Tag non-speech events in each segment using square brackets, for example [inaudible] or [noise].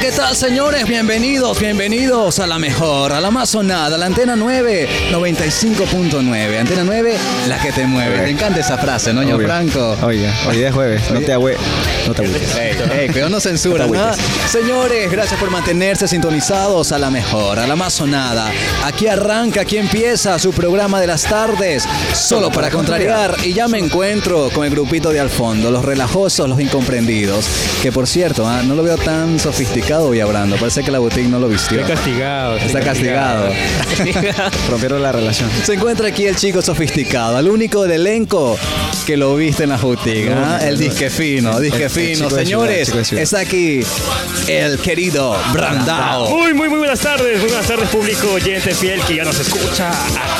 ¿qué tal señores? Bienvenidos, bienvenidos a la mejor, a la más sonada, a la antena 9, 95.9. Antena 9, la que te mueve. Correcto. Me encanta esa frase, ¿no, ño Obvio. Franco? Oye, hoy día es jueves, no te agüe, no te agüites. Ey, ey, cuidado, no censura, No te ¿no? agüites. Señores, gracias por mantenerse sintonizados a la mejor, a la más sonada. Aquí arranca, aquí empieza su programa de las tardes, solo para contrariar. Y ya me encuentro con el grupito de al fondo, los relajosos, los incomprendidos. Que por cierto, ah, no lo veo tan sofisticado hoy hablando. Parece que la boutique no lo vistió. Estoy castigado. Está estoy castigado. Rompieron la relación. Se encuentra aquí el chico sofisticado, el único del elenco que lo viste en la justicia. ¿ah? El disque fino, disque el fino. chico de ciudad, el Señores, chico de ciudad. está aquí el querido Brandao. Muy, muy, muy buenas tardes. Muy buenas tardes, público oyente fiel que ya nos escucha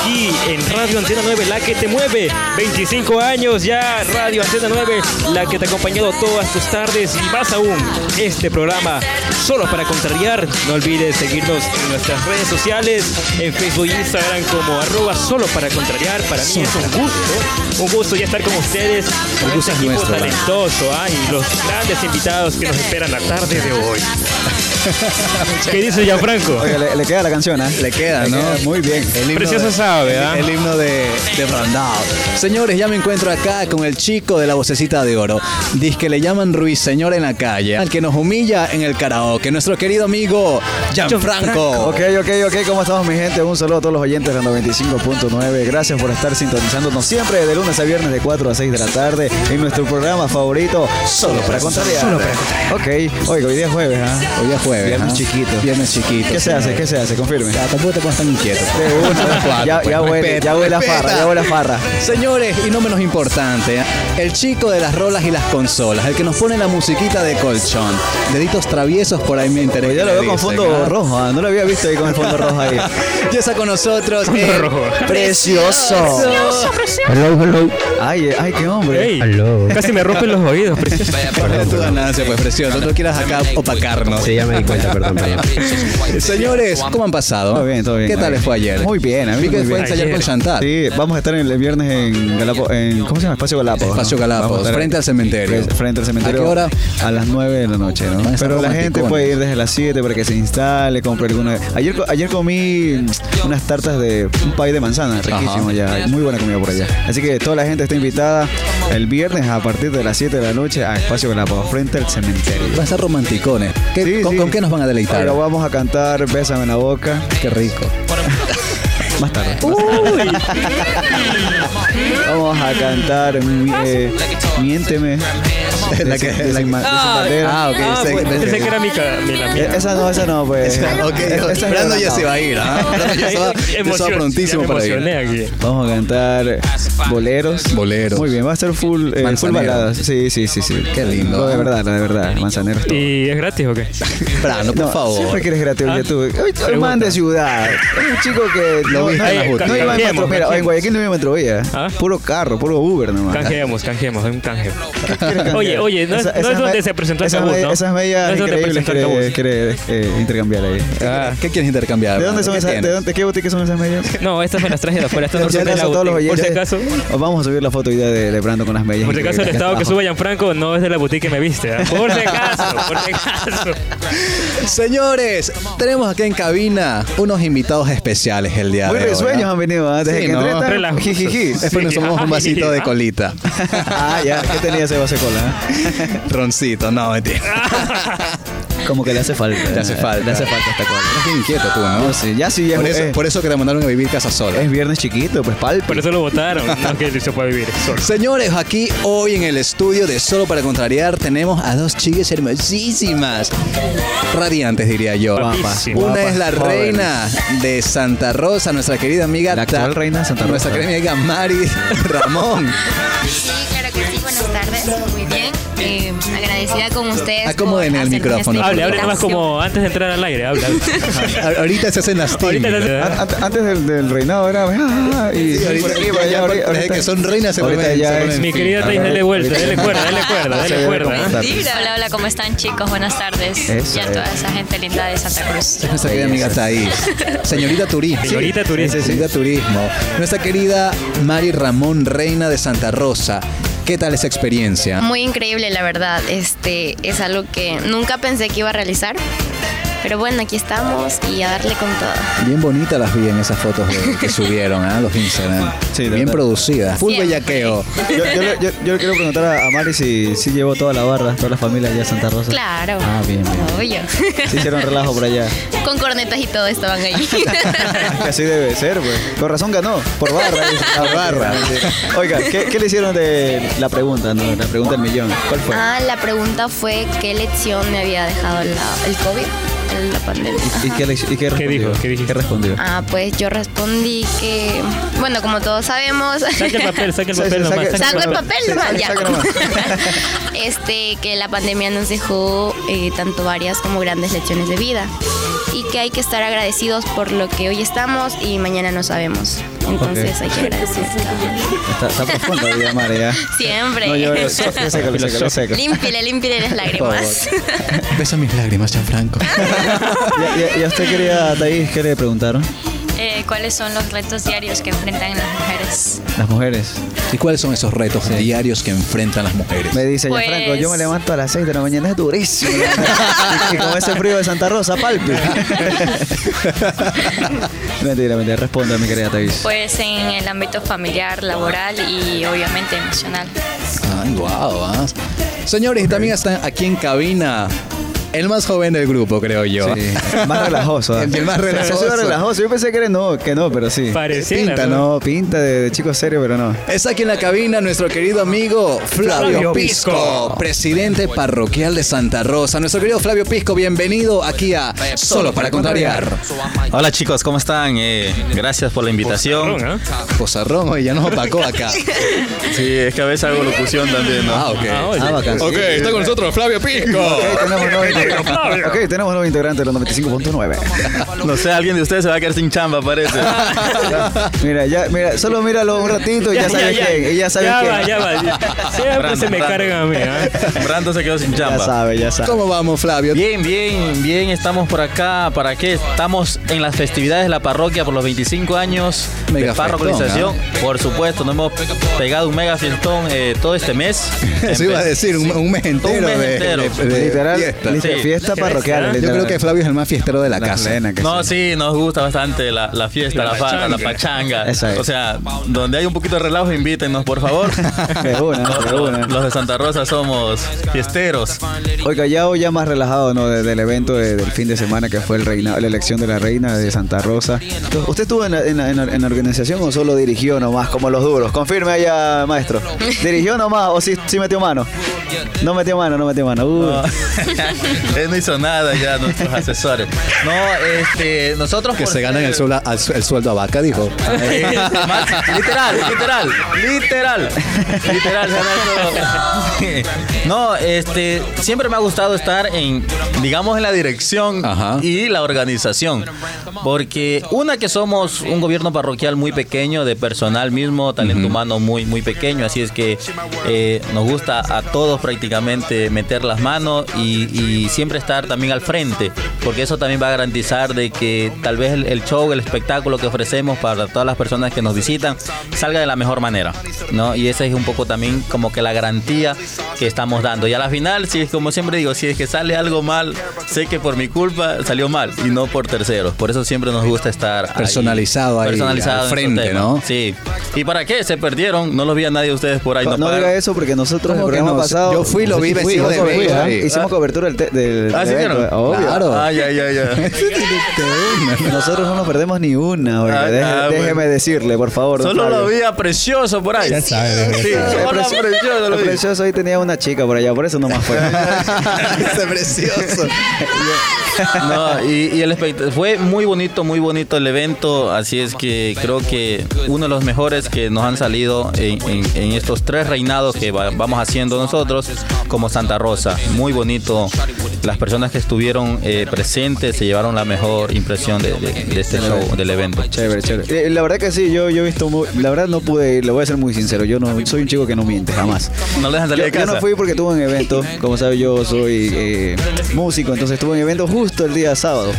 aquí en Radio Antena 9, la que te mueve. 25 años ya, Radio Antena 9, la que te ha acompañado todas tus tardes y más aún este programa. Solo para contrariar, no olvides seguirnos en nuestras redes sociales, en Facebook e Instagram como arroba solo para contrariar. Para mí es un gusto, un gusto ya estar con ustedes, con gusto este es equipo nuestro, ¿verdad? talentoso ah, y los grandes invitados que nos esperan la tarde de hoy. ¿Qué dice Gianfranco? Oye, le, le queda la canción, ¿ah? Le queda, ¿no? Muy bien. El himno Precioso de- sabe, el- ¿ah? El, himno de, de Brandao. Señores, ya me encuentro acá con el chico de la vocecita de oro. Dice que le llaman Ruiseñor en la calle, al que nos humilla en el karaoke. Nuestro querido amigo Gianfranco. Ok, ok, ok, ¿cómo estamos mi gente? Un saludo a todos los oyentes de la 95.9. Gracias por estar sintonizándonos siempre de lunes a viernes de 4 a 6 de la tarde en nuestro programa favorito, Solo para Contrariar. Solo para Ok, oiga, hoy día es jueves, ¿ah? Hoy es jueves. Viernes ¿ah? chiquito. Viernes chiquito. ¿Qué se señores. hace? ¿Qué se hace? Confirme. Ya, tampoco te pongas tan inquieto. De una. Ya, ya Pues, huele, respeta, ya huele a farra, respeta. ya huele a farra. Señores, y no menos importante, el chico de las rolas y las consolas, el que nos pone la musiquita de colchón, deditos traviesos por ahí me interesa. Oye, Pues ya lo veo con fondo rojo, ¿ah? no lo había visto ahí con el fondo rojo ahí. [laughs] Ya está con nosotros. eh, el rojo. Precioso. Hello, hello. Ay, ay, qué hombre. Ey, Casi me rompen los Ah, oídos, precioso. Vaya Perdón, perdón, tu perdón. ganancia, pues precioso. No quieras acá opacarnos. Sí, ya me di cuenta, [laughs] perdón, Vaya perdón. precioso. Señores, ¿cómo han pasado? Todo bien, todo bien. ¿Qué todo tal les bien. fue ayer? Muy bien, a mí Vi que muy fue a bien. ensayar Ayer. con Chantal. Sí, vamos a estar el viernes en Galapo, en ¿cómo se llama? Espacio Galápagos. ¿no? Ah, Espacio Galápagos, Vamos a estar frente al cementerio. fre- Frente al cementerio. ¿A qué hora? A las 9 de la noche, ¿no? Van a estar Pero la gente romanticones. puede ir desde las 7 para que se instale, compre alguna. Ayer, co- ayer comí mm, unas tartas de un pay de manzana, riquísimo ya. Muy buena comida por allá. Así que toda la gente está invitada el viernes a partir de las 7 de la noche a Espacio Galápagos, frente al cementerio. Va a estar romanticones. ¿Qué- Sí, con, sí. con qué nos van a deleitar? Ahora vamos a cantar Bésame en la boca. Qué [laughs] rico. Más tarde. Vamos a cantar mm, eh, Miénteme. La que- De Sin- de Sin Ma- de Sin Ah, Bandera. Ah, ok. Ah, sé- pues, pensé que era mi, ca- mi- la mía. Eh, Esa no, esa no, pues. Ok, Eh, esa es la Brando ya verdad, se no. va a ir, ¿ah? [laughs] Brando ya se va, ya se va Emoción- prontísimo ya me para emocioné ir. aquí. Vamos a cantar boleros. Boleros. Muy bien, va a ser full, eh, full Manzanero. baladas. Sí, sí, sí, sí. Qué lindo. Lo de verdad, lo de verdad. Manzanero. ¿Y es gratis o qué? Brando, por No, favor. Siempre quieres gratis Ah, oye, tú. Hoy- hoy pregunta. man de ciudad. Es un chico que no, no, viste no, en la justa. no iba en Cambiemos, metro. Mira, en cambiemos. Guayaquil no iba en metrovía. Ah. Puro carro, puro Uber nomás. Canjeamos, canjeamos, hay un canje. Quiere Oye, cambiar. [laughs] oye, no, es- Esa- no esas es donde me- se presentó el esas tabú, me- ¿no? Esas No medias es donde increíbles presentó el quiere, tabú. quiere eh, intercambiar ahí. ¿Qué quieres intercambiar? Ah. ¿De dónde Brando? son ¿Qué esas? tienes? ¿De dónde qué boutiques son esas [laughs] medias? No, estas me las traje de afuera. Estas no Ya son de les la a todos los boutique. Por si oyentes. acaso, Os Vamos a subir la foto hoy día de, de Brando con las medias. por si acaso el increíbles estado que abajo. sube Gianfranco no es de la boutique que me viste. ¿ah? Por si acaso, por si acaso. Señores, tenemos aquí en cabina unos invitados especiales el día Muy de hoy. risueños han venido, ¿ah? desde Sí, que ¿no? entré están [laughs] Relajosos. [laughs] jijiji. Es porque nos Sí, tomamos un ay. vasito de colita. [laughs] Ah, ya, ¿qué tenía ese vaso de cola? [laughs] Ah. Roncito, no, mentira. eh? Como que le hace falta. Le hace falta. Le hace falta esta cola. Estás bien inquieto tú, ¿no? No sé, ya sí, ya Por es- eso, eh, por eso que te mandaron a vivir casa sola. es viernes chiquito, pues palpi. Por eso lo votaron. No que se puede vivir. solo. Señores, aquí hoy en el estudio de Solo para Contrariar tenemos a dos chicas hermosísimas, radiantes diría yo. Guapas, Una guapas, es la jóvenes. reina de Santa Rosa, nuestra querida amiga. La actual Ta- reina de Santa Rosa. Nuestra querida amiga [laughs] Mari Ramón. Sí, claro que sí, buenas tardes, muy bien. Eh, agradecida con ustedes. Acomoden por el hacerme micrófono, esta Hable, hable nomás invitación. como antes de entrar al aire. Habla. A- Ahorita se hacen las Ahorita tímidas. te- An- an- Antes del, del reinado era. ah, y Sí, ahorita- por aquí, ya- por allá, ya ahorita- desde ahorita- que son reinas se ahorita vuelven- ya se vuelven es- Mi querida Ahorita- Tais, dale vuelta, ahorita- dele cuerda, dele cuerda, dele Sí, dele cuerda, como ¿eh? tal. Hola, hola, ¿cómo están chicos? Buenas tardes. Eso y a es. toda esa gente linda de Santa Cruz. Es Ah, nuestra querida amiga Thaís. Señorita Turismo. Señorita Turismo. Señorita Turismo. Nuestra querida Mari Ramón, reina de Santa Rosa. ¿Qué tal esa experiencia? Muy increíble, la verdad. Este es algo que nunca pensé que iba a realizar. Pero bueno, aquí estamos y a darle con todo. Bien bonitas las vi en esas fotos de- que subieron a los Instagram. Sí, de Bien verdad. producidas. Full Siempre. bellaqueo. Yo, yo le- yo- yo le quiero preguntar a, a Mari si, si llevó toda la barra, toda la familia allá a Santa Rosa. Claro. Ah, bien, bien. Obvio. [laughs] Se hicieron relajo por allá. con cornetas y todo [laughs] estaban ahí. Que Así debe ser, pues. Con razón ganó, por barra. eh. La [laughs] barra. Oiga, ¿qué, qué le hicieron de la pregunta, no? La pregunta del millón. ¿Cuál fue? ah, la pregunta fue qué lección me había dejado la- el COVID, la pandemia. ¿Y, y qué, le- y qué respondió? dijo? ¿Qué dijiste? respondió? Ah, pues yo respondí que, bueno, como todos sabemos, [laughs] Saca el papel, saca el papel Sí, sí, nomás. saca- Saco el papel Sí, nomás, saca- ya. saca nomás. [laughs] este, que la pandemia nos dejó eh, tanto varias como grandes lecciones de vida. Y que hay que estar agradecidos por lo que hoy estamos y mañana no sabemos. Entonces hay que agradecer. Está, está profundo, voy a llamar ya. Siempre. ¿eh? No, yo lo [laughs] sé, lo sé, lo sé, lo sé. Límpiele, límpiele las lágrimas. Besa mis lágrimas, Gianfranco. Ya- ya- ya usted quería, Thaís, ¿qué le preguntaron? Eh, ¿Cuáles son los retos diarios que enfrentan las mujeres? Las mujeres. ¿Y cuáles son esos retos diarios que enfrentan las mujeres? Me dice Pues- Gianfranco, yo me levanto a las 6 de la mañana, es durísimo. y, y con ese frío de Santa Rosa, palpi. mentira, mentira, responda, mi querida Thaís. Pues en el ámbito familiar, laboral y obviamente emocional. [laughs] Ay, guau, ah. Señores, y también están aquí en cabina. El más joven del grupo, creo Pues, yo. Sí, más relajoso. ¿eh? [laughs] El más Se- se relajoso. sube relajoso. Yo pensé que era no, que no, pero sí. Pareciera, Pinta, ¿no? ¿no? pinta de, de chico serio, pero no. Es aquí en la cabina nuestro querido amigo Flavio Flavio Pisco, Pisco. presidente parroquial de Santa Rosa. Nuestro querido Flavio Pisco, bienvenido aquí a Solo para Contrariar. Hola chicos, ¿cómo están? Eh, gracias por la invitación. Perdón, ¿ah? Pozarrón, hoy ya nos opacó acá. Sí, es que a veces hago locución también, ¿no? Ah, Ah, ok. oye. Ah, bacán. Ok, está con nosotros Flavio Pisco. Ok, tenemos nuevo integrante. Ok, tenemos nuevo integrante de los 95.9. No sé, alguien de ustedes se va a quedar sin chamba, parece. Mira, ya, mira, solo míralo un ratito y ya, sabes quién. y ya sabes ya quién. va, ya va. Siempre Brandon, se me Brandon. cargan a mí. ¿ah? Brando se quedó sin Ya chamba. sabe, ya sabe. ¿Cómo vamos, Flavio? Bien, bien, bien, estamos por acá. ¿Para qué? Estamos en las festividades de la parroquia por los 25 años Mega de parroquialización. fiestón, ¿ah? Por supuesto, nos hemos pegado un mega fiestón eh, todo [laughs] este mes. Eso iba a decir, un, un mes entero mes de, entero. de- de Pues Literal, fiesta. literal, Sí. fiesta parroquial. Yo creo que Flavio es el más fiestero de la casa. No, sí, nos gusta bastante la, la fiesta, La la, farra, la pachanga. pachanga. Eso es. O sea, donde hay un poquito de relajo, invítenos, por favor. [laughs] De una, de Los- una. Los de Santa Rosa somos fiesteros. Oiga, ya hoy ya más relajado, ¿no? Desde el evento de- del fin de semana que fue el reina, la elección de la reina de Santa Rosa. ¿Usted estuvo en la, en la- en la- en la organización o solo dirigió nomás, como los duros? Confirme allá, maestro. ¿Dirigió nomás o sí, sí metió mano? No metió mano, no metió mano. Uy. No, [laughs] Él no hizo nada ya, nuestros asesores. No, este, nosotros. Que por se ganan ser- el sueldo, al su- el sueldo a vaca, dijo. Eh, más- literal, [laughs] literal, literal, literal. se llama eso. [laughs] No, este, siempre me ha gustado estar en, digamos, en la dirección Ajá. y la organización, porque una que somos un gobierno parroquial muy pequeño, de personal mismo, talento humano muy, muy pequeño, así es que eh, nos gusta a todos prácticamente meter las manos y, y siempre estar también al frente, porque eso también va a garantizar de que Eh, tal vez el, el show, el espectáculo que ofrecemos para todas las personas que nos visitan salga de la mejor manera, ¿no? Y esa es un poco también como que la garantía que estamos dando. Y a la final, si es como siempre digo, si es que sale algo mal, sé que por mi culpa salió mal y no por terceros. Por eso siempre nos gusta estar ahí. Personalizado ahí, personalizado al en nuestro frente, tema. ¿no? Sí. ¿Y para qué se perdieron? No los vi a nadie de ustedes por ahí. No, No, no pagaron. diga eso porque nosotros el ¿Cómo que programa no? pasado. Yo fui, lo vi Nosotros vestido fuimos, de fui, verde. ¿ah? Sí. Hicimos cobertura del, te- del- Ah, del ¿sí evento, hicieron? obvio. Claro. Ay, ay, [laughs] ay, ay. Nosotros no nos perdemos ni una, oiga. Ah, Deje- ah, déjeme bueno. decirle, por favor. don Solo lo Flavio. vi a precioso por ahí. Ya sabes, Sí, ¿verdad? solo a precioso lo Lo vi. precioso hoy tenía una chica por allá, por eso nomás fue. [laughs] Ese precioso. No, y, y el espect- fue muy bonito, muy bonito el evento, así es que creo que uno de los mejores que nos han salido en, en- en estos tres reinados que va- vamos haciendo nosotros como Santa Rosa. Muy bonito, las personas que estuvieron eh, presentes se llevaron la mejor impresión de, de- de este show, del evento. [laughs] Chévere, chévere. Eh, La verdad que sí, yo, yo he visto. mu- La verdad no pude ir, le voy a ser muy sincero. Yo no soy un chico que no miente, jamás. No le dejan Yo, salir de yo casa. no fui porque tuve un evento. Como sabes, yo soy eh, músico, entonces tuve un evento justo el día sábado.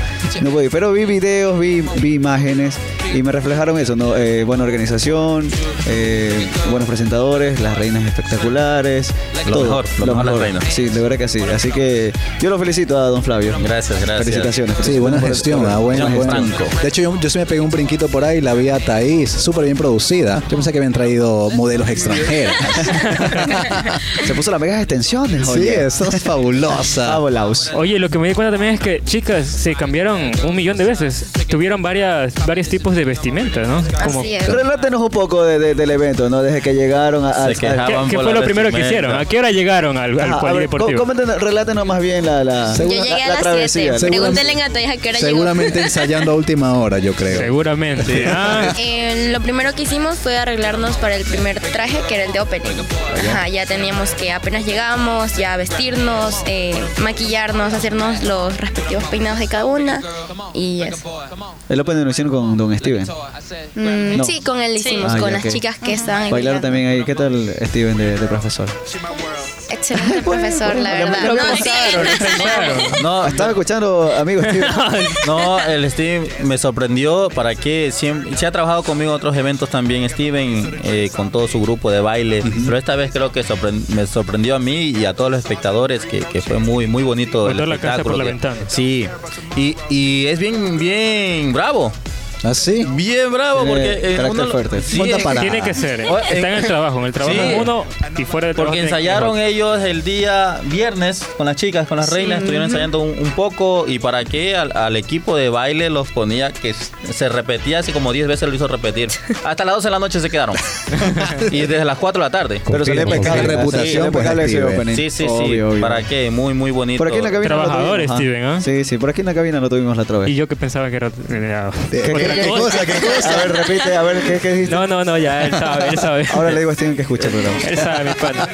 No pude ir, pero vi videos, vi, vi imágenes Y me reflejaron eso, ¿no? Eh, buena organización, eh, buenos presentadores, las reinas espectaculares. Lo mejor, lo mejor las reinas. Sí, de verdad que sí. Así que yo lo felicito a don Flavio. Gracias, gracias. Felicitaciones. Sí, buena Por- gestión, por- ah, buen- John buen- Franco. De hecho, yo, yo sí me pegué un brinquito por ahí, la vi a Thaís, súper bien producida. Yo pensé que habían traído modelos [laughs] extranjeros. Se puso las megas extensiones, sí, oye. eso es fabulosa. Fabulaos. Oye, lo que me di cuenta también es que chicas se cambiaron un millón de veces. Tuvieron varias, varios tipos de vestimenta, ¿no? Como, Así ¿qué, es. Relátenos un poco de- de- del evento, ¿no? Desde que llegaron a... a- Se quejaban qué Ah, por fue la lo primero que vestimenta. hicieron? ¿A qué hora llegaron al, al Ajá, Ah, a ver, co- polideportivo? coméntenos- relátenos más bien la, la, Yo Yo llegué a las 7. la- segura- Pregúntenle a Toya a qué hora llegó. Seguramente ensayando a última hora, yo creo. Seguramente. [laughs] Ah, Eh, lo primero que hicimos fue arreglarnos para el primer traje, que era el de opening. pues, Ajá, ya teníamos que apenas llegamos, ya vestirnos, eh, maquillarnos, hacernos los respectivos peinados de cada una. Y eso. El Open lo hicieron con Don Steven. Mm, No. Sí, con él hicimos, Ah, ya, con ok. las chicas que estaban ahí. Bailaron también ahí. ¿Qué tal Steven de, de profesor? Excelente profesor, la verdad. lo No, sí. No, Ah, Estaba escuchando, [laughs] amigo Steven. No, el Steven me sorprendió para que siempre, se ha trabajado conmigo en otros eventos también Steven eh, con todo su grupo de baile, pero esta vez creo que sorpren- me sorprendió a mí y a todos los espectadores que, que fue muy muy bonito el Botó la casa por espectáculo la que- ventana. Sí. Y, y es bien bien bravo. Así. Bien bravo Tiene porque eh, carácter lo- fuerte. sí, Monta eh, para- tiene que ser. O- en- eh, Está en el trabajo, en el trabajo Sí. es uno y fuera del trabajo. tiene Porque que ser ensayaron otro. ellos el día viernes con las chicas, con las reinas, estuvieron ensayando un, un poco y para qué al, al equipo de baile los ponía que s- se repetía así como 10 veces lo hizo repetir. Hasta las 12 de la noche se quedaron. y desde las 4 de la tarde. Pero salió Confirmo, impecable. confirmo. salió Reputación, pues, impecable ese Steven. opening. Sí, sí, sí. Obvio, obvio. ¿Para qué? Muy, muy bonito. Por aquí en la cabina. lo Trabajador, tuvimos, ajá. Steven, ¿ah? Sí, sí, por aquí en la cabina lo tuvimos la otra vez. Y yo que pensaba que era. era ¿Qué- otra qué- qué cosa? cosa. ¿Qué [laughs] cosa? A ver, repite, a ver, ¿qué, qué dijiste? No, no, no, ya él sabe, él sabe. Ahora le digo a Steven que escuche el [laughs] programa. Él sabe, mi pana.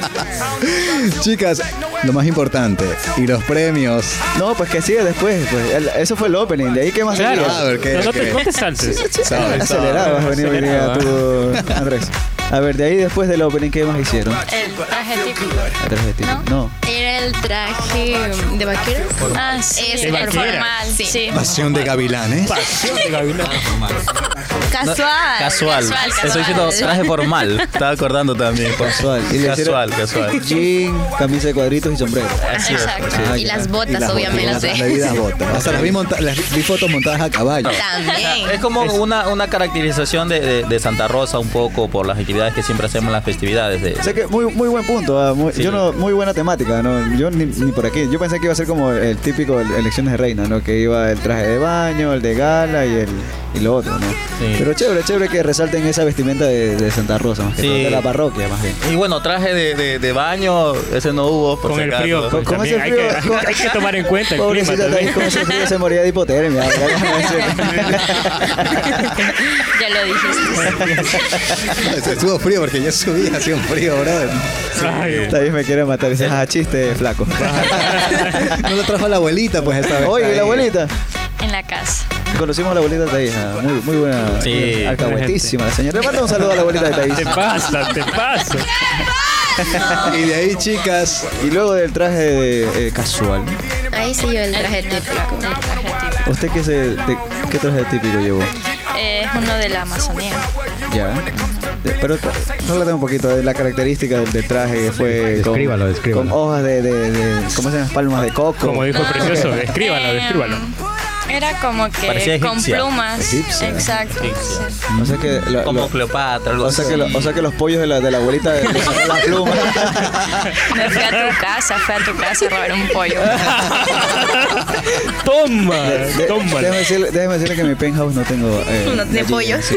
Chicas, lo más importante, y los premios. No, pues que sigue después. Pues. El- eso fue el opening. De ahí que más Claro. A ver, ¿qué- no, no qué? te, no te saltes. ¿sabes? Acelerado, vas a venir hoy día tú, ¿eh? Andrés. A ver, de ahí después del opening, ¿qué más hicieron? El traje típico. Atrás de ti. No. [laughs] Era el traje de vaqueros. Ah, sí. Es el vaquera. formal, sí. Pasión de gavilanes. No, Ah, Casual. casual. Eso diciendo traje formal. Estaba acordando también. Casual. Y le hicieron- Casual, casual. Jean, camisa de cuadritos y sombrero. Así es, Exacto. así es. Y las botas, las obviamente. botas, Las bebidas [laughs] botas. Hasta las vi, monta- las vi fotos montadas a caballo. También. Es como una, una caracterización de, de- de Santa Rosa un poco por las actividades que siempre hacemos en las festividades. De, O sea que muy, muy buen punto, ah, muy, yo no, muy buena temática, ¿no? yo ni, ni por aquí, yo pensé que iba a ser como el típico el- elecciones de reina, ¿no? que iba el traje de baño, el de gala y, el, y lo otro, ¿no? pero chévere, chévere que resalten esa vestimenta de, de Santa Rosa, más que Sí. todo, de la parroquia más bien. Y bueno, traje de, de- de baño, ese no hubo. Por Con si el acaso. frío. pues, Con también ese hay, frío- que, hay que tomar en cuenta el clima Pobrecita, también también. [laughs] como se frío se moría de hipotermia. [laughs] Ya lo dijiste. Se estuvo frío porque yo subí, hacía un frío, brother. Ay, Tal vez me quiere matar, dice, ah, chiste flaco. No lo trajo la abuelita, pues esta vez. Oye, Ahí. la abuelita. En la casa. Conocimos a la abuelita de Thaís, ah, muy, muy buena, Sí. muy alcahuetísima la señora. Le mando un saludo a la abuelita de Thaís. te pasa, te pasa. Y de ahí, chicas, Y luego del traje de, eh, casual, Ahí sí yo el traje típico. El traje típico. ¿usted qué, se, de- qué traje típico llevó? Eh, Es uno de la Amazonía. Ya. De- Pero háblate un poquito de la característica del, del traje que fue con, Descríbalo, descríbalo. con hojas de, de, de- ¿cómo se llama? Palmas de coco. Como dijo Precioso, descríbalo, Eh, descríbalo. Era como Parecía que con egipcia. plumas. Egipcia. Exacto. Egipcia. sí. O sea que, la- Como lo- Cleopatra, algo o sea así. que, lo- o sea que los pollos de la, de la abuelita de, la pluma. Me fui a tu casa, fui a tu casa a robar un pollo. Toma, De- toma. déjame, Eh, decirle, déjame decirle que en mi penthouse no tengo. eh, No tiene gallinas, pollo. Sí,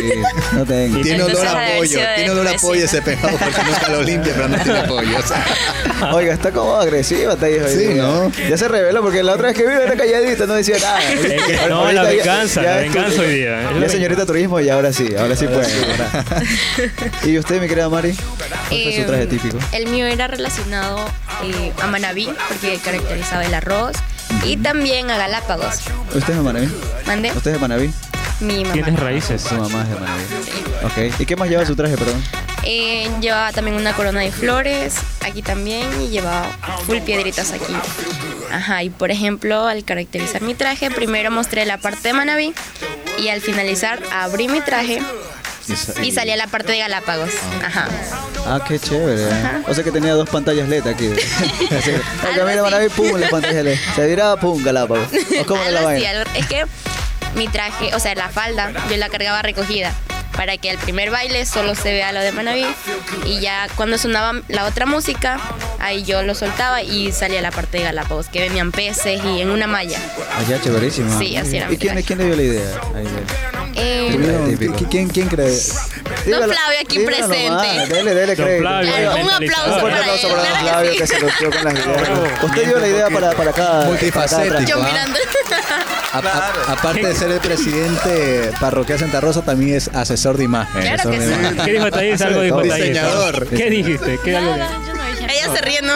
no tengo. tiene Entonces, olor ha de a haber pollo. sido de Tiene olor a vecina. pollo ese pegado porque nunca lo limpia, pero no [laughs] tiene pollo. o sea. Oiga, está como agresiva, está ahí. Sí, ¿no? Ya se reveló porque la otra vez que vino era calladita, no decía nada. Es que no, Ahorita la ya- venganza, ya la es venganza tu- hoy día. ¿eh? Ya señorita turismo y ahora sí, ahora sí puede. [laughs] ¿Y usted, mi querida Mari? ¿Cuál fue Eh, su traje típico? El mío era relacionado eh, a Manabí, porque caracterizaba el arroz. Y también a Galápagos. ¿Usted es de Manaví? ¿Mandé? ¿Usted es de Manaví? Mi Tienes mamá. raíces. Su mamá es de Manaví. Ok. ¿Y qué más lleva su traje, perdón? Eh, llevaba también una corona de flores, aquí también, y llevaba full piedritas aquí. Ajá, y por ejemplo, al caracterizar mi traje, primero mostré la parte de Manabí y al finalizar abrí mi traje y salí a la parte de Galápagos. Ajá. Ah, qué chévere. O sea que tenía dos pantallas LED [laughs] aquí. Así que, acá Algo mira, van a ver, pum, la pantalla LED. Se viraba, pum, [laughs] Galápagos. ¿O cómo era la Algo así, vaina? algo- es que mi traje, o sea, la falda, yo la cargaba recogida para que el primer baile solo se vea lo de Manaví y ya cuando sonaba la otra música, ahí yo lo soltaba y salía la parte de Galápagos, que venían peces y en una malla. Allá, chéverísima. Sí, así era ¿Y mi quién, traje. quién le dio la idea? Ahí, Eh, ¿Quién, quién- quién cree? Dígalo- Flavio aquí dígalo presente. nomás, Dele, dele, Don crédito. Flavio, claro, el mentalizador. un Un aplauso fuerte para aplauso él. para don claro Flavio que que sí. se lució con las ideas. Usted dio la idea para, para cada. Multifacético. para cada [laughs] Yo Ah. [laughs] mirando. A- a- aparte de ser el presidente parroquial Santa Rosa, también es asesor de imagen. Claro Asesor que de sí. imagen. ¿Qué dijo Taís? Algo dijo Taís. Diseñador. ¿Qué dijiste? ¿Qué algo? Ella se ríe, ¿no?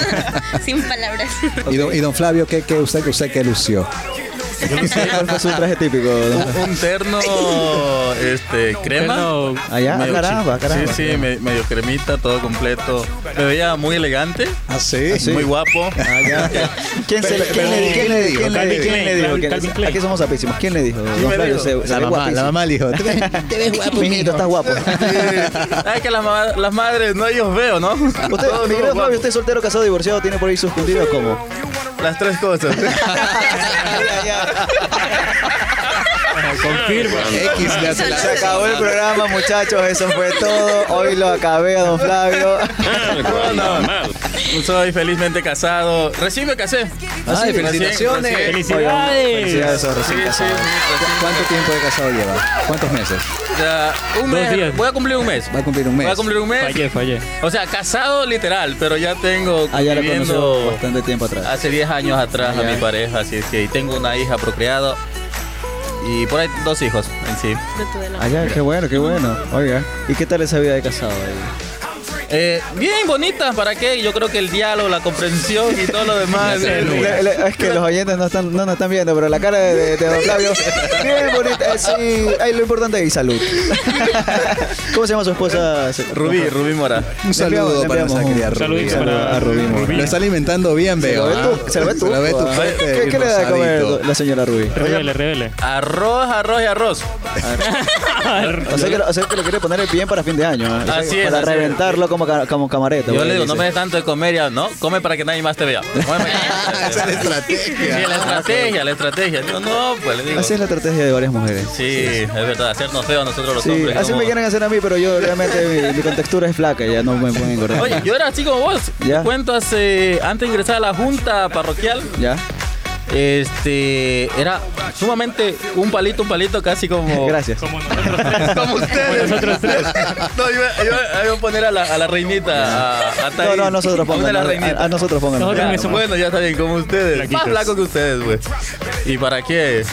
[laughs] Sin palabras. Y don, y don Flavio, ¿qué, qué usted, usted qué lució? traje. ¿Cuál [laughs] fue su traje típico? [laughs] don- Un terno este, crema. No, Allá, ah, Medio caramba, chi- caramba. Sí, sí, me- medio cremita, todo completo. Me veía muy elegante, Ah, sí. [laughs] muy guapo. Ah, ya. ¿Quién, se le, Pero- ¿quién, le dijo? ¿Quién le dijo? Calvin ¿Quién le Klein, dijo? Calvin- ¿Quién- Calvin Klein. Aquí somos apísimos. ¿Quién le dijo? Don me Flavio dijo. se, se La ve mamá, la guapísimo. mamá le dijo, te ves, [laughs] te ves guapo. Mijito, estás guapo. Ay, que las, ma- las madres, no ellos veo, [laughs] ¿no? Usted, Todos mi somos querido guapos. Flavio, usted es soltero, casado, divorciado, tiene por ahí sus cundidos como. Las tres cosas. confirmo. X le hace la- Se acabó el programa, muchachos. Eso fue todo. Hoy lo acabé a don Flavio. No, no. Soy felizmente casado. Recién me casé. Ah, Ay, Recién, felicitaciones. recién. ¡Felicidades! Felicidades a Sí, recién sí. casado. ¿Cuánto tiempo de casado lleva? ¿Cuántos meses? Ya, un Dos días. mes. Voy a cumplir un mes. Va a cumplir un mes. Voy a cumplir un mes. Fallé, fallé. O sea, casado literal, pero ya tengo Ah, ya lo conoció viviendo bastante tiempo atrás. hace 10 años atrás Ya. a mi pareja, así es que y tengo una hija procreada y por ahí dos hijos en sí. Allá, qué bueno, qué bueno. Oiga, ¿y qué tal esa vida de casado ahí? Eh, bien bonita, ¿para qué? Yo creo que el diálogo, la comprensión y todo lo demás. Le- le- es que los oyentes no, están, no nos están viendo, pero la cara de, de- de don [laughs] Flavio, bien bonita. eh, Sí, ahí lo importante es [laughs] salud. ¿Cómo se llama su esposa? Rubí, Rubí Mora. Un saludo Le para nuestra enviamos un querida Rubí. saludito para a Rubí. Rubí. Lo está alimentando bien, veo. ve ¿ah? tu- se lo ve tu- tu fuerte ¿Qué, y qué le da de rosadito. comer la señora Rubí? Revele, revele. Arroz, arroz y arroz. O sea, que, lo- o sea que lo quiere poner el bien para fin de año. ¿eh? O sea, Así es, Para así es. reventarlo como, ca- como camareta. Yo güey, le digo, no dice. me des tanto de comer, ya, no, come para que nadie [laughs] más te vea. Come para que nadie [laughs] más Esa te es la vea. Sí, la estrategia. estrategia, la estrategia. Digo, no, pues le digo. Así es la estrategia de varias mujeres. Sí, es verdad, hacernos feos a nosotros los Sí, hombres. así como- me quieren hacer a mí, pero yo realmente mi, mi contextura es flaca, ya no me pueden engordar. Oye, yo era así como vos. Ya. Te Cuento hace, antes de ingresar a la junta parroquial, ¿Ya? este, era sumamente un palito, un palito, casi como... [laughs] Gracias. Como nosotros tres. Como ustedes. nosotros tres. No, yo, yo- yo iba a poner a la, a la reinita. A, a No, Thaís. no, a nosotros A una pongan. de las A, a nosotros reinitas. Nosotros pongan. también Ya, somos- bueno, ya está bien, como ustedes. Flaquitos. Más flaco que ustedes, güey. ¿Y para qué?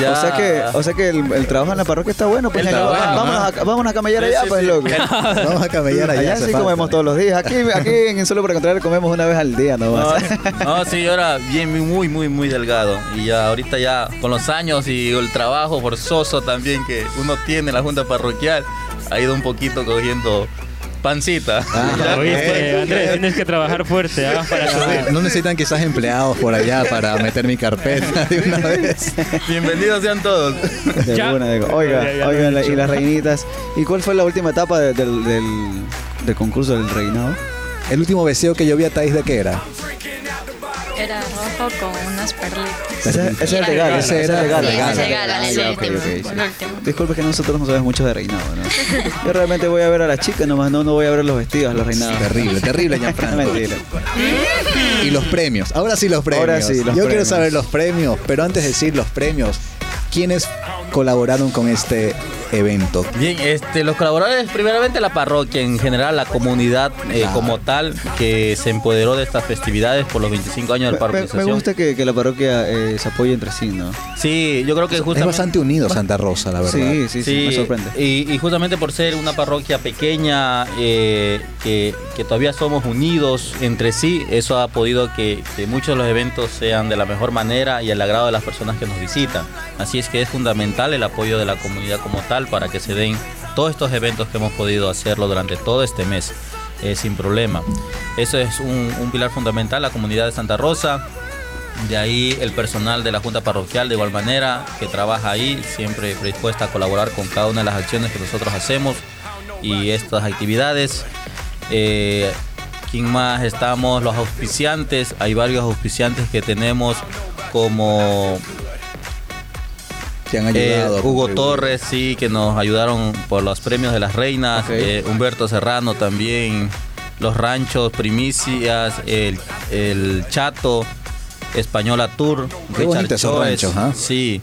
Ya. O sea que, o sea que el, el trabajo en la parroquia está bueno, pues El ya, trabajo, vámonos, a, vámonos a camellar allá, Sí, sí, pues sí. [laughs] loco. Vamos a camellar allá. Allá hace sí falta. comemos todos los días. Aquí, aquí en Solo para Contrario comemos una vez al día No, nomás. no, sí, yo era bien, muy, muy, muy delgado. Y ya ahorita ya con los años y el trabajo forzoso también que uno tiene en la junta parroquial, ha ido un poquito cogiendo pancita. Ah. Ya, Oíste, Eh, Andrés, tienes que trabajar fuerte. hagas para subir. No necesitan quizás empleados por allá para meter mi carpeta de [laughs] una vez. [laughs] Bienvenidos sean todos. [laughs] De Ya. alguna, digo, Oiga, Ya, ya lo oiga, he la- dicho. y las reinitas. ¿Y cuál fue la última etapa de- del, del- del concurso del reinado? El último beseo que yo vi a Thais de qué era. Era rojo con unas perlitas. Ese, ese es el de Era Gala. Gala. Ese es el de Gala. Sí, ese Gala. es el Gala, Ah, el ya, último, ok, ok, el sí. último. Disculpe que nosotros no sabemos mucho de reinado, ¿no? Yo realmente voy a ver a las chicas nomás, no, no voy a ver los vestidos, los reinados. Terrible, [laughs] terrible, No, Gianfranco. mentira. Y los premios. Ahora sí los premios. Ahora sí, los Yo quiero premios. saber los premios, pero antes de decir los premios, ¿quiénes colaboraron con este evento? Bien, este, los colaboradores, primeramente la parroquia, en general la comunidad eh, como tal, que se empoderó de estas festividades por los 25 Me, años de me- parroquialización. me gusta que, que la parroquia eh, se apoye entre sí, ¿no? Sí, yo creo que justamente... Es bastante unido Santa Rosa, la verdad. Sí, sí, sí, me sorprende. Y, y justamente por ser una parroquia pequeña, eh, que, que todavía somos unidos entre sí, eso ha podido que, que muchos de los eventos sean de la mejor manera y al agrado de las personas que nos visitan. Así es que es fundamental el apoyo de la comunidad como tal para que se den todos estos eventos que hemos podido hacerlo durante todo este mes. eh, sin problema. Eso es un, un pilar fundamental, la comunidad de Santa Rosa, De ahí el personal de la Junta Parroquial, de igual manera, que trabaja ahí, siempre dispuesta a colaborar con cada una de las acciones que nosotros hacemos y estas actividades. Eh, ¿Quién más estamos? Los auspiciantes. Hay varios auspiciantes que tenemos como Te han eh, ayudado. a Hugo contribuir. Torres, sí, que nos ayudaron por los premios de las reinas. Ok. Eh, Humberto Serrano también. Los ranchos, Primicias, el, el Chato, Española Tour, Qué bonitos esos Choes, ranchos, ¿ah? Sí.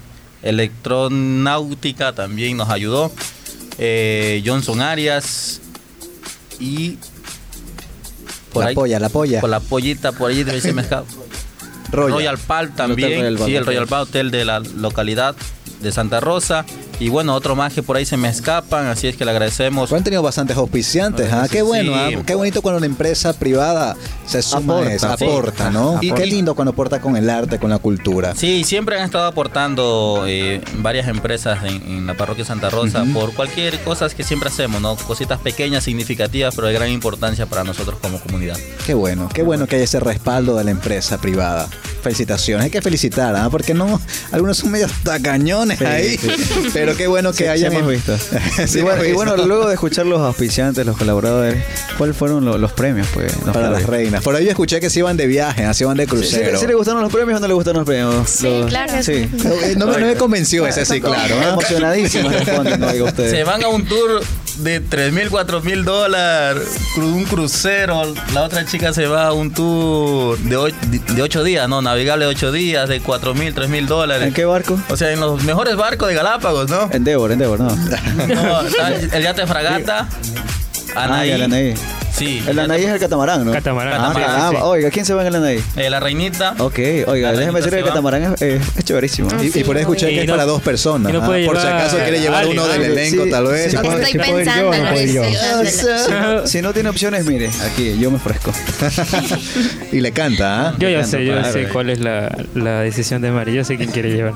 Electronáutica también nos ayudó. eh, Johnson Arias. Y. La polla, la polla. Por la pollita, por allí debe ser mezclado. Royal. Royal, Pal también. Hotel Royal Pal, sí, el ok. Royal Pal Hotel de la localidad de Santa Rosa. Y bueno, otro más que por ahí se me escapan, así es que le agradecemos. Pero Han tenido bastantes auspiciantes, ¿ah? Sí. Qué bueno, ¿ah? qué bonito cuando una empresa privada se suma a eso, Aporta, sí. aporta, ¿no? Y qué lindo cuando aporta con el arte, con la cultura. Sí, siempre han estado aportando eh, varias empresas en, en la parroquia Santa Rosa por cualquier cosa que siempre hacemos, ¿no? Cositas pequeñas, significativas, pero de gran importancia para nosotros como comunidad. Qué bueno, qué bueno que haya ese respaldo de la empresa privada. Felicitaciones, hay que felicitar, ¿ah? porque no, algunos son medios tacañones ahí, [laughs] pero qué bueno que Sí, hayan... [laughs] sí hemos visto. [laughs] Sí, y, bueno, hemos y bueno, visto. luego de escuchar los auspiciantes, los colaboradores, ¿cuáles fueron lo- los premios? Pues, Nos Para las platicas. reinas. Por ahí yo escuché que se iban de viaje, así iban de ¿Sí, sí, crucero. sí le gustaron los premios o no le gustaron los premios? Sí, Los- claro. Sí. No, eh, No, me- no me convenció ese, sí, claro. ¿ah? [laughs] Emocionadísimos responden, oiga ustedes. Se van a un tour de 3 mil, 4 mil dólares, cru- un crucero. La otra chica se va a un tour de 8, de ocho días, no, navegable de 8 días, de 4 mil, 3 mil dólares. ¿En qué barco? O sea, en los mejores barcos de Galápagos, ¿no? Endeavor, Endeavor, no. No, está el yate fragata, Anaí. Ah, el Anaí. Sí, El Anaí es el catamarán, ¿no? Catamarán. Ah, Catamarán, caramba. sí. Oiga, ¿quién se va en el Anaí? eh, la reinita. Ok, oiga, Catamarán déjeme decir que el se va. catamarán es, eh, es chéverísimo. Ah, Y, y por ahí escuché Y que es no- para dos personas. y no ¿ah? puede Por si llevar acaso quiere a llevar alguien, uno del alguien. elenco, Sí, tal vez. sí, Ah, puede- Estoy sí puedo ir yo, pensando, no puedo ir yo. Ajá. Si no tiene opciones, mire, aquí yo me ofrezco. [laughs] Y le canta, ¿ah? Yo ya Claro, sé, yo ya claro. sé cuál es la, la decisión de Mari. Yo sé quién quiere llevar.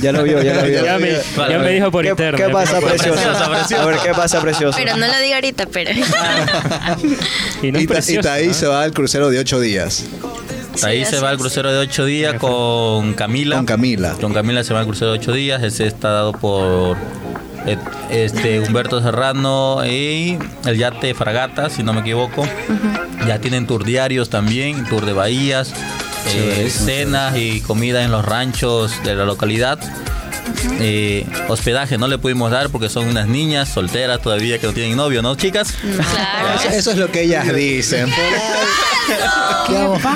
Ya lo vio, ya lo vio. Ya me, Vale, ya me vale. dijo por ¿Qué, interno. ¿Qué ya me pasa, dijo por precioso? Preciosa, preciosa. A ver, ¿qué pasa, precioso? Pero no lo digo [laughs] ahorita, pero. [laughs] interno. Y no Y, Ta- es y preciosa, ¿ah? Taí ¿no? se va al crucero de ocho días. Ahí Sí, se así va al es. crucero de 8 días con Camila. Con Camila. Con Camila se va al crucero de 8 días. Ese está dado por eh, este Humberto Serrano y el yate Fragata, si no me equivoco. Ya tienen tour diarios también, tour de bahías, eh, cenas y comida en los ranchos de la localidad. Eh, hospedaje no le pudimos dar porque son unas niñas solteras todavía que no tienen novio, ¿no, chicas? Claro. Eso, eso es lo que ellas dicen. [laughs]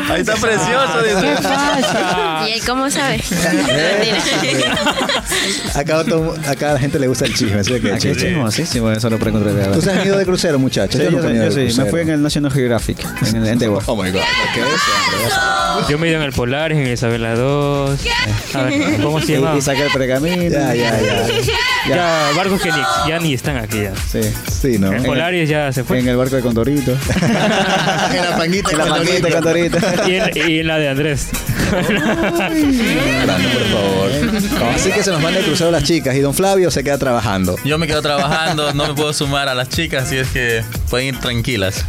Ahí está precioso, dice. ¿Y él [laughs] cómo Eh, [laughs] sabe? Acá, todo- acá a la gente le gusta el chisme, así que Aquí es chismosísimo, eso lo pregunté de ¿Tú se has ido de crucero, muchachos? Sí, yo, nunca sí, he ido yo de sí, me crucero. fui en el National Geographic, en el Endeavor. Oh my god, ¿qué es? Yo me he ido en el Polaris, en el Isabela 2. A ver, ¿cómo se Y, llama? y saqué el pergamino. Ya, ya, ya. Ya, barcos que ni, ya ni están aquí ya. Sí. Sí, [laughs] ¿no? El Polaris ya se [laughs] fue. En el barco de Condorito. En la panguita, en la manguita de Condorito. Y, en- y en la de Andrés. Hablando, por [laughs] favor. Así que se nos van de crucero las chicas y don Flavio se queda trabajando. Yo me quedo trabajando, no me puedo sumar a las chicas, así es que pueden ir tranquilas.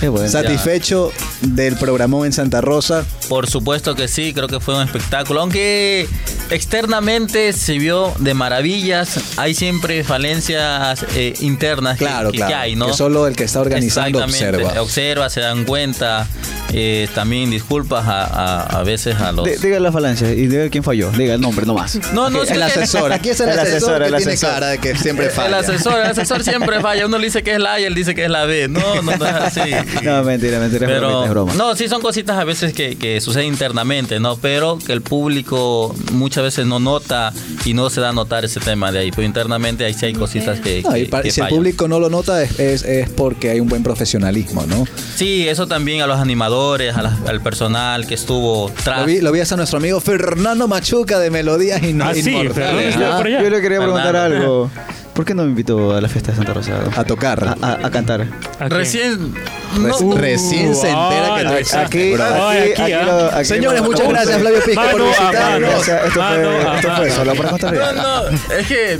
Qué bueno. ¿Satisfecho del programón en Santa Rosa? Por supuesto que sí, creo que fue un espectáculo, aunque externamente se vio de maravillas, hay siempre falencias eh, internas que- Claro, que, que claro. hay, ¿no? que solo el que está organizando Exactamente, observa. observa, se dan cuenta, eh, también disculpas a, a- a veces a los... Dí- Diga la falancia y diga quién falló. Diga el nombre nomás. no, no, sé El qué- asesor, [laughs] aquí es el, El asesor, asesor, que el tiene asesor. cara de que siempre El falla. asesor, el asesor siempre falla. Uno le dice que es la A y él dice que es la B. No, no, no [laughs] es así. No, mentira, mentira, es bromita, es broma. No, sí son cositas a veces que, que suceden internamente, ¿no? Pero que el público muchas veces no nota y no se da a notar ese tema de ahí. Pero internamente ahí sí hay cositas que, [laughs] No, y que- para- que si el fallan. público no lo nota es, es- es porque hay un buen profesionalismo, ¿no? Sí, eso también a los animadores, a las- al personal que estuvo tras. Lo vi, lo vi hasta nuestro amigo Fernando Machuca de Melodías y Ah, sí, Fernando estuvo por allá. Yo le quería preguntar Fernando. algo. ¿Por qué no me invitó a la fiesta de Santa Rosa? A tocar. Ah, A, a- a cantar. ¿A quién? Recién. no- uh, Reci- recién se entera que ah, no exacto. existe, Aquí, bro. Ay, aquí, Ah, aquí, aquí ah. lo- aquí Señores, lo- muchas lo- gracias, Flavio Pisco, por Mano a visitarnos. mano. Gracias, esto Mano fue, a esto fue mano. solo para Costa Rica. No, no, es que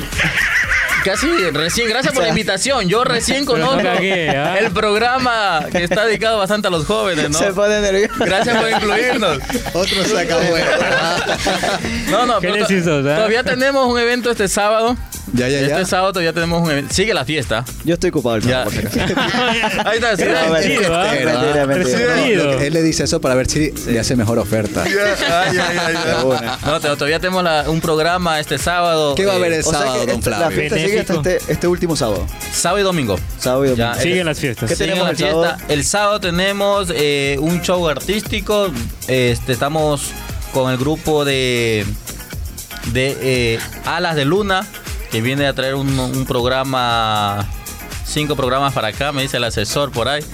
Casi recién, gracias por la invitación. Yo [laughs] recién Pero no conozco cagué, ¿ah? el programa que está dedicado bastante a los jóvenes, ¿no? Se pone nervioso. Gracias [laughs] por incluirnos. Otro saca No, no, ¿Qué pero les to- hizo, ah? todavía tenemos un evento este sábado. [laughs] Ya, ya, ya. Este sábado todavía tenemos un evento. Sigue la fiesta. [laughs] Yo estoy ocupado el Ya. sábado, por si acaso. Ahí está, sí. Ah, vale. Chido, ¿ah? Mentira, mentira. No, Perdido. lo que- él le dice eso para ver si le hace mejor oferta. De una. No, te- todavía tenemos la- un programa este sábado. ¿Qué va a eh, haber el O sea que sábado, don esta- La Flavio? fiesta sigue hasta Benéfico. este, este último sábado. Sábado y domingo. Sábado y domingo. Ya, eh, Siguen las fiestas. ¿Qué Sigue tenemos la el fiesta. sábado? El sábado tenemos eh, un show artístico. Este, estamos con el grupo de, de eh, Alas de Luna, que viene a traer un, un programa, cinco programas para acá, me dice el asesor por ahí.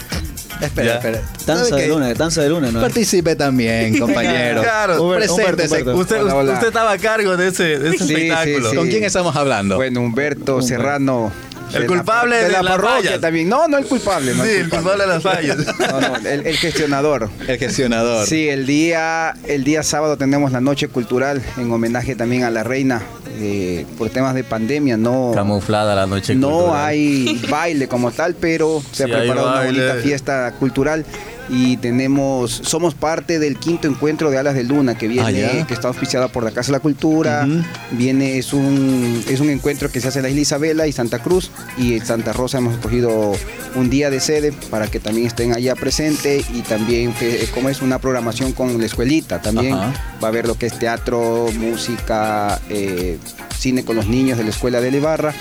Espera, Ya. espera. Danza ¿Sabe de qué? luna, danza de luna, ¿no? Participe también, compañero. Claro. Humberto, Preséntese. Humberto, Humberto. Usted- usted- usted- estaba a cargo de ese, de ese Sí, sí, espectáculo. sí. ¿Con quién estamos hablando? Bueno, Humberto Serrano. El de la- culpable de las parroquia fallas. también. No, no el culpable. No Sí, el culpable de las fallas. [laughs] No, no, el, el gestionador. El gestionador. Sí, el día, el día sábado tenemos la noche cultural en homenaje también a la reina. eh, por temas de pandemia no, Camuflada la noche. no cultural. hay baile como tal, [laughs] pero se Sí, ha hay preparado una baile. bonita fiesta cultural y tenemos, somos parte del quinto encuentro de Alas de Luna que viene, Ah, ya. que está auspiciada por la Casa de la Cultura. Viene, es un, es un encuentro que se hace en la isla Isabela y Santa Cruz y en Santa Rosa hemos escogido un día de sede para que también estén allá presente y también fe- eh, como es una programación con la escuelita también Ajá. va a haber lo que es teatro, música, eh, cine con los niños de la escuela de Lebarra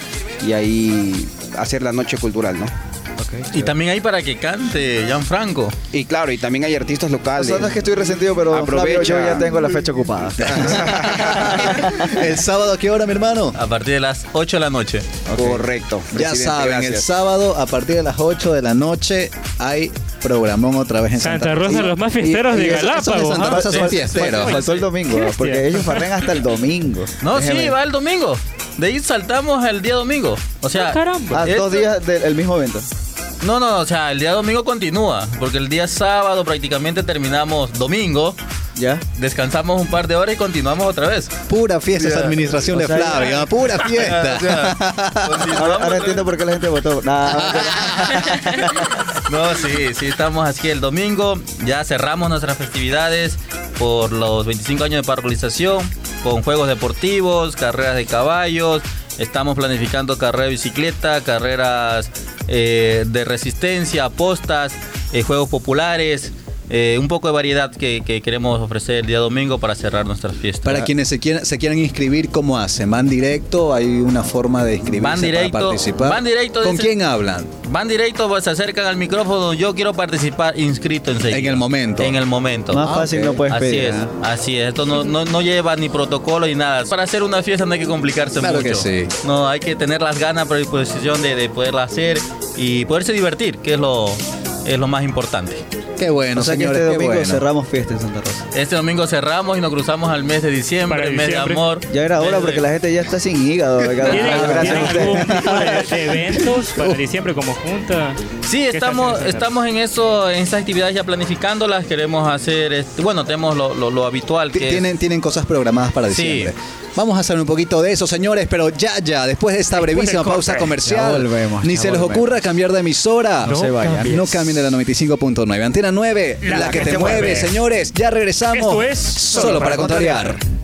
y ahí hacer la noche cultural, ¿no? Y también hay para que cante Gianfranco. Y claro, y también hay artistas O locales. sea, no es que estoy resentido, pero don Flavio, yo Aprovecha. ya tengo la fecha ocupada. [laughs] ¿El sábado a qué hora, mi hermano? A partir de las 8 de la noche. Correcto. Ya presidente, saben, el gracias. sábado a partir de las 8 de la noche hay programón otra vez en Santa, Santa Rosa, los más fiesteros y de esos- esos de Galápagos. Santa ¿ah? Rosa son Eh, fiesteros. bueno, Faltó el domingo, Hostia. porque ellos farrean hasta el domingo. No, Déjeme. sí, va el domingo. De ahí saltamos el día domingo. O sea, Ah, caramba. A esto- dos días del el mismo evento. No, no, o sea, el día domingo continúa. Porque el día sábado prácticamente terminamos domingo. ¿Ya? Descansamos un par de horas y continuamos otra vez. Pura fiesta esa administración O de sea, Flavio, ¿ah? [laughs] pura O sea, fiesta. continuamos Ahora, otra ahora entiendo vez. por qué la gente votó. Nah, No, sí, sí, estamos así el domingo. Ya cerramos nuestras festividades por los 25 años de parcolización, con juegos deportivos, carreras de caballos. Estamos planificando carrera de bicicleta, carreras eh, de resistencia, apostas, eh, juegos populares. eh, un poco de variedad que, que queremos ofrecer el día domingo para cerrar nuestras fiestas. Para quienes se quieran, se quieran inscribir, ¿cómo hacen? ¿Van directo? ¿Hay una forma de inscribirse Van directo, para participar? van directo, ¿Con dice- quién hablan? Van directo, pues, se acercan al micrófono. Yo quiero participar inscrito enseguida. En el momento. En el momento. más Ah, fácil ok. no puedes Así pedir. es, ¿ah? así es. Esto no, no, no lleva ni protocolo ni nada. Para hacer una fiesta no hay que complicarse Claro mucho. que sí. No, hay que tener las ganas, pero disposición de, de poderla hacer y poderse divertir, que es lo, es lo más importante. Qué bueno, O sea que señores, este qué domingo bueno. cerramos fiesta en Santa Rosa. Este domingo cerramos y nos cruzamos al mes de diciembre, Para el mes de diciembre. amor. Ya era Mes hora de- porque la gente ya está sin hígado. oiga. ¿Tienen, Ah, ¿tienen Gracias a algún ustedes. [laughs] tipo de, de eventos para diciembre como junta? Sí, ¿Qué estamos, están haciendo? estamos en eso, en esas actividades ya planificándolas. Queremos hacer, este- bueno, tenemos lo, lo- lo habitual Ti- que es- Tienen, tienen cosas programadas para Sí. diciembre. Vamos a hacer un poquito de eso, señores, pero ya, ya, después de esta del brevísima corte. pausa comercial, Ya volvemos, ni ya se les volvemos. ocurra cambiar de emisora. No se vayan. cambies. No cambien de la 95.9. Antena 9, la, que, te mueve. señores. Ya regresamos. Esto es Solo, para contrariar.